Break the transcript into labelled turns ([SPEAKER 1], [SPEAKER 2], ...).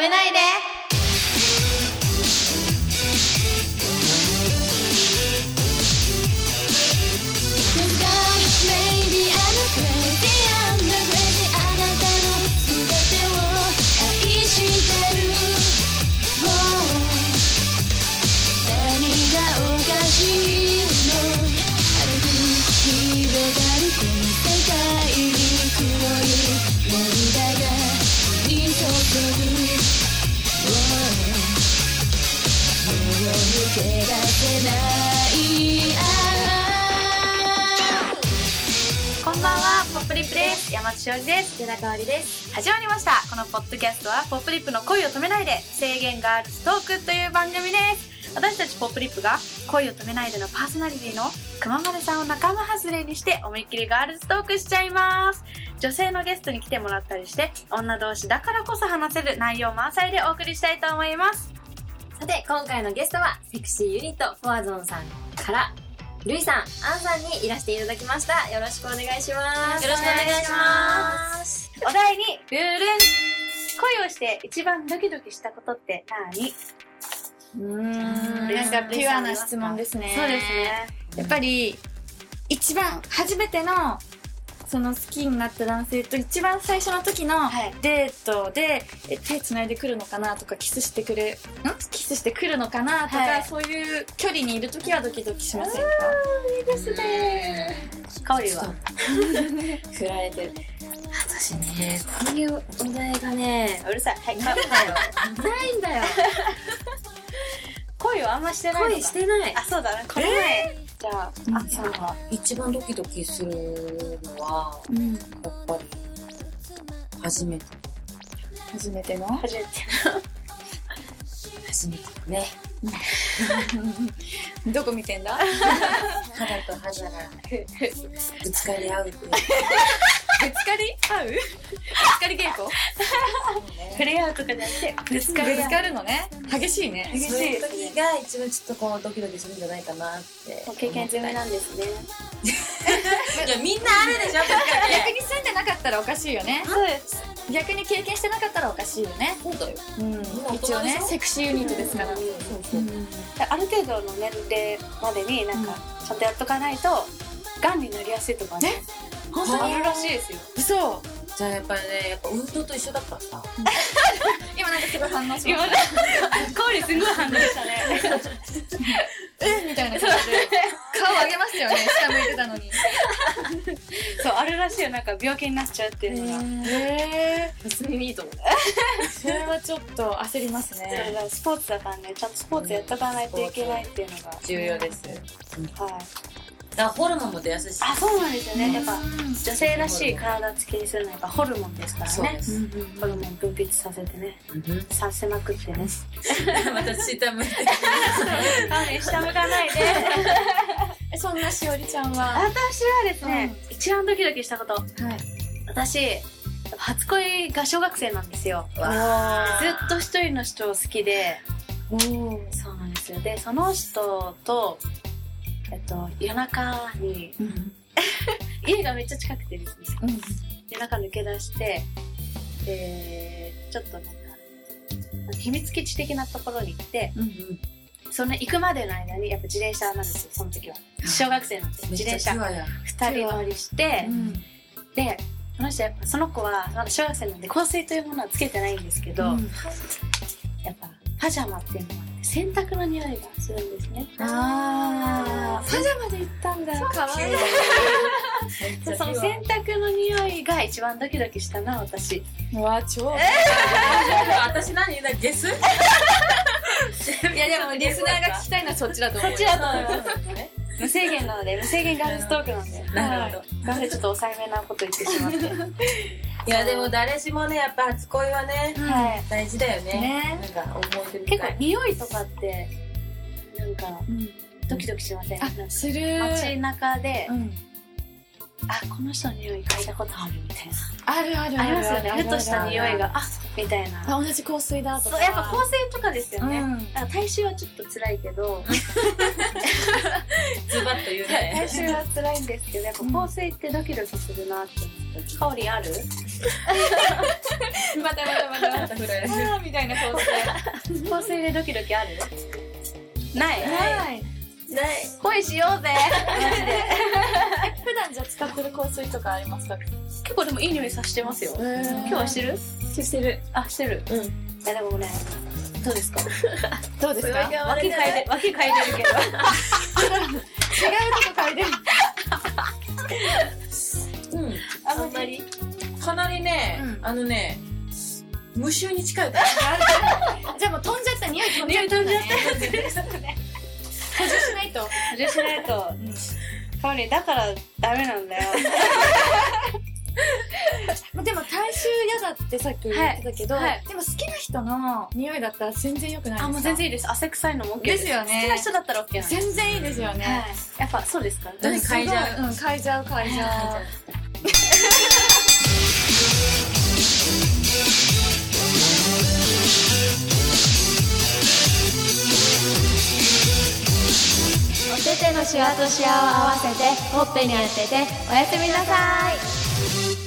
[SPEAKER 1] めないでこんばんはポップリップです山地しおりです
[SPEAKER 2] 寺香織です
[SPEAKER 1] 始まりましたこのポッドキャストはポップリップの恋を止めないで制限があるストークという番組です私たちポップリップが恋を止めないでのパーソナリティの熊丸さんを仲間外れにして思いっきりガールストークしちゃいます女性のゲストに来てもらったりして女同士だからこそ話せる内容満載でお送りしたいと思います
[SPEAKER 2] さて今回のゲストはセクシーユニットフォアゾンさんからルイさん、アンさんにいらしていただきました。よろしくお願いします。
[SPEAKER 1] よろしくお願いし
[SPEAKER 2] す。
[SPEAKER 1] お題にルールン恋をして一番ドキドキしたことって何
[SPEAKER 3] うーん
[SPEAKER 1] ルイ
[SPEAKER 3] な
[SPEAKER 1] さん
[SPEAKER 3] んかピュアな質問ですね。
[SPEAKER 1] そうですね
[SPEAKER 3] やっぱり、一番、初めての、その好きになった男性と一番最初の時の
[SPEAKER 1] はい
[SPEAKER 3] デートで、え手繋いでくるのかなとか、キスしてくれ、んキスしてくるのかなとか、
[SPEAKER 1] はい
[SPEAKER 3] そういう距離にいる時はドキドキしませんか
[SPEAKER 2] ですね。
[SPEAKER 1] 恋は
[SPEAKER 2] 振られてる。私ね、こういうお題がね、うるさい。はい、ないんだよ。ないんだよ。
[SPEAKER 1] 恋をあんましてないのか
[SPEAKER 2] 恋してない
[SPEAKER 1] あ。そうだねこの前、じゃああそうだ
[SPEAKER 4] 一番ドキドキするのは、
[SPEAKER 3] うん。
[SPEAKER 4] やっぱり、初めて、
[SPEAKER 3] 初めての
[SPEAKER 1] 初めて
[SPEAKER 4] 初めてね。
[SPEAKER 3] どこ見てん だ
[SPEAKER 4] 肌と肌がぶつかり合うっていう
[SPEAKER 3] ぶつかり合うぶつかり稽 古
[SPEAKER 1] 触れ合うとかじゃなくて
[SPEAKER 3] ぶつかりぶつかるのね。激しいね。
[SPEAKER 1] 激しい
[SPEAKER 4] そういう時が一番ちょっとこうドキドキするんじゃないかなって。
[SPEAKER 1] 経験済みなんですね
[SPEAKER 4] いや、みんなあるでしょ、
[SPEAKER 3] 逆に住んでなかったらおかしいよね
[SPEAKER 1] そうです
[SPEAKER 3] 逆に経験してなかったらおかしいよね
[SPEAKER 4] そうだよ。
[SPEAKER 3] うん
[SPEAKER 4] 大人でし
[SPEAKER 3] 一
[SPEAKER 4] ょ
[SPEAKER 3] 応ねセクシーユニットですか
[SPEAKER 4] そ
[SPEAKER 3] ら、
[SPEAKER 4] うそう。
[SPEAKER 1] ある程度の年齢までになんかちゃんとやっとかないとがんになりやすいとかね
[SPEAKER 3] 本
[SPEAKER 4] 当に
[SPEAKER 1] あるらしいですよ
[SPEAKER 3] そう
[SPEAKER 4] じゃあやっぱりね、やっぱ運動と一緒だったさ。
[SPEAKER 3] 今なんかすごい反応しま
[SPEAKER 1] 今
[SPEAKER 3] し
[SPEAKER 1] 恋すごい反応したね
[SPEAKER 3] たうんみたいな感じで 顔上げましたよね下向いてたのに
[SPEAKER 1] そうあるらしいよなんか病気になっちゃうっていうのが、
[SPEAKER 3] へえ
[SPEAKER 2] 別にいいと思う。
[SPEAKER 3] それはちょっと焦ります
[SPEAKER 1] それ
[SPEAKER 3] ね
[SPEAKER 1] がスポーツだからねちゃんとスポーツやっとかないといけないっていうの
[SPEAKER 2] 重要です。
[SPEAKER 1] が、はい
[SPEAKER 4] だからホルモンも出やすいし。
[SPEAKER 1] あそうなんですよねやっぱ
[SPEAKER 3] うん
[SPEAKER 1] 女性らしい体つきにするのはやっぱホルモンですから
[SPEAKER 4] そう
[SPEAKER 1] ね
[SPEAKER 4] です。
[SPEAKER 1] ホルモン分泌させてね
[SPEAKER 4] うん
[SPEAKER 1] させまくってね
[SPEAKER 4] 私、多分、
[SPEAKER 1] 下向か ないで
[SPEAKER 3] えそんなしおりちゃんは
[SPEAKER 1] 私はですね、一番ドキドキしたこと
[SPEAKER 3] はい
[SPEAKER 1] 私初恋が小学生なんですよずっと一人の人を好きで
[SPEAKER 3] おお
[SPEAKER 1] そうなんですよでその人とえっと夜中に
[SPEAKER 3] うん
[SPEAKER 1] 家がめっちゃ近くてですね
[SPEAKER 3] うん
[SPEAKER 1] 夜中抜け出してでちょっとなんか秘密基地的なところに行って
[SPEAKER 3] うん
[SPEAKER 1] その行くまでの間にやっぱ自転車なんですよその時は小学生なんで
[SPEAKER 4] め
[SPEAKER 1] 自
[SPEAKER 4] っち
[SPEAKER 1] 転車
[SPEAKER 4] ゃピュアや。
[SPEAKER 1] 二人乗りして、でその人やっぱその子はまだ小学生なんで香水というものはつけてないんですけど、
[SPEAKER 3] うん
[SPEAKER 1] やっぱパジャマっていうのはね洗濯の匂いがするんですね
[SPEAKER 3] ああパジャマで行ったんだかわいい
[SPEAKER 1] でその洗濯の匂いが一番ドキドキしたな私
[SPEAKER 3] うわ超
[SPEAKER 4] 私何だゲス
[SPEAKER 3] いやでもリスナーが聞きたいのはそっちだと思う
[SPEAKER 1] そっちだと思います無制限なので無制限ガールストークなんで
[SPEAKER 4] なるほど
[SPEAKER 1] すいませんちょっと抑えめなこと言ってしまって
[SPEAKER 4] いやでも誰しもねやっぱ初恋はね
[SPEAKER 1] はい
[SPEAKER 4] 大事だよね
[SPEAKER 3] ね
[SPEAKER 4] なんか思い出
[SPEAKER 1] 結
[SPEAKER 4] 深
[SPEAKER 1] 構
[SPEAKER 4] い
[SPEAKER 1] 匂いとかってなんかドキドキしませんなんか
[SPEAKER 3] あする
[SPEAKER 1] 街中で、
[SPEAKER 3] うん
[SPEAKER 1] あこの人の匂い嗅いだことあるみたい
[SPEAKER 3] あるある
[SPEAKER 1] なありますよ
[SPEAKER 3] ある
[SPEAKER 1] ね
[SPEAKER 3] あ
[SPEAKER 1] ふ
[SPEAKER 3] る
[SPEAKER 1] とした匂い
[SPEAKER 3] ある
[SPEAKER 1] があみたいな
[SPEAKER 3] あ同じ香水だと
[SPEAKER 1] そ
[SPEAKER 3] か
[SPEAKER 1] うやっぱ香水とかですよね、
[SPEAKER 3] うん
[SPEAKER 1] なんか体臭はちょっと辛いけど
[SPEAKER 4] ズバッと言う
[SPEAKER 1] 体
[SPEAKER 4] ね
[SPEAKER 1] 臭は辛いんですけどやっぱ香水ってドキドキするなって思香りある
[SPEAKER 3] またまたま たまた
[SPEAKER 4] 振られる
[SPEAKER 3] あーみたいな顔 して
[SPEAKER 1] 香水でドキドキあるない
[SPEAKER 3] はい
[SPEAKER 2] ない
[SPEAKER 1] 恋しようぜマジで
[SPEAKER 3] 普段じゃ使ってる香水とかありますか
[SPEAKER 1] 結構でもいい匂いさしてますよ今
[SPEAKER 3] 今
[SPEAKER 1] 日はしてる
[SPEAKER 2] してる
[SPEAKER 1] あしてる
[SPEAKER 2] うん
[SPEAKER 1] いやでもねどう ですか
[SPEAKER 3] どうですす
[SPEAKER 2] ごい
[SPEAKER 3] か違う
[SPEAKER 1] 脇
[SPEAKER 2] 変
[SPEAKER 1] 変
[SPEAKER 2] わ
[SPEAKER 1] えて脇変えてる けど
[SPEAKER 3] とこ嗅いでる
[SPEAKER 4] うん
[SPEAKER 2] あんまり
[SPEAKER 4] かなりね、
[SPEAKER 3] うん
[SPEAKER 4] あのね無臭に近い
[SPEAKER 3] じゃあもう飛んじゃった匂い飛んじゃったんだね 補充しないと
[SPEAKER 1] それしないと、香りだからダメなんだよ
[SPEAKER 3] まあでも大衆嫌だってさっき言ってたけど、
[SPEAKER 1] はいはい
[SPEAKER 3] でも好きな人の匂いだったら全然良くないですか
[SPEAKER 1] あもう全然いいです汗臭いのも OK
[SPEAKER 3] ですよね
[SPEAKER 1] 好きな人だったら OK なんです、
[SPEAKER 3] 全然いいですよね、
[SPEAKER 1] はい、やっぱそうですか
[SPEAKER 4] どれ嗅いじゃ
[SPEAKER 3] う、うん、嗅いじゃう嗅いじゃう
[SPEAKER 2] お手手のシワとシワを合わせてほっぺに当てておやすみなさい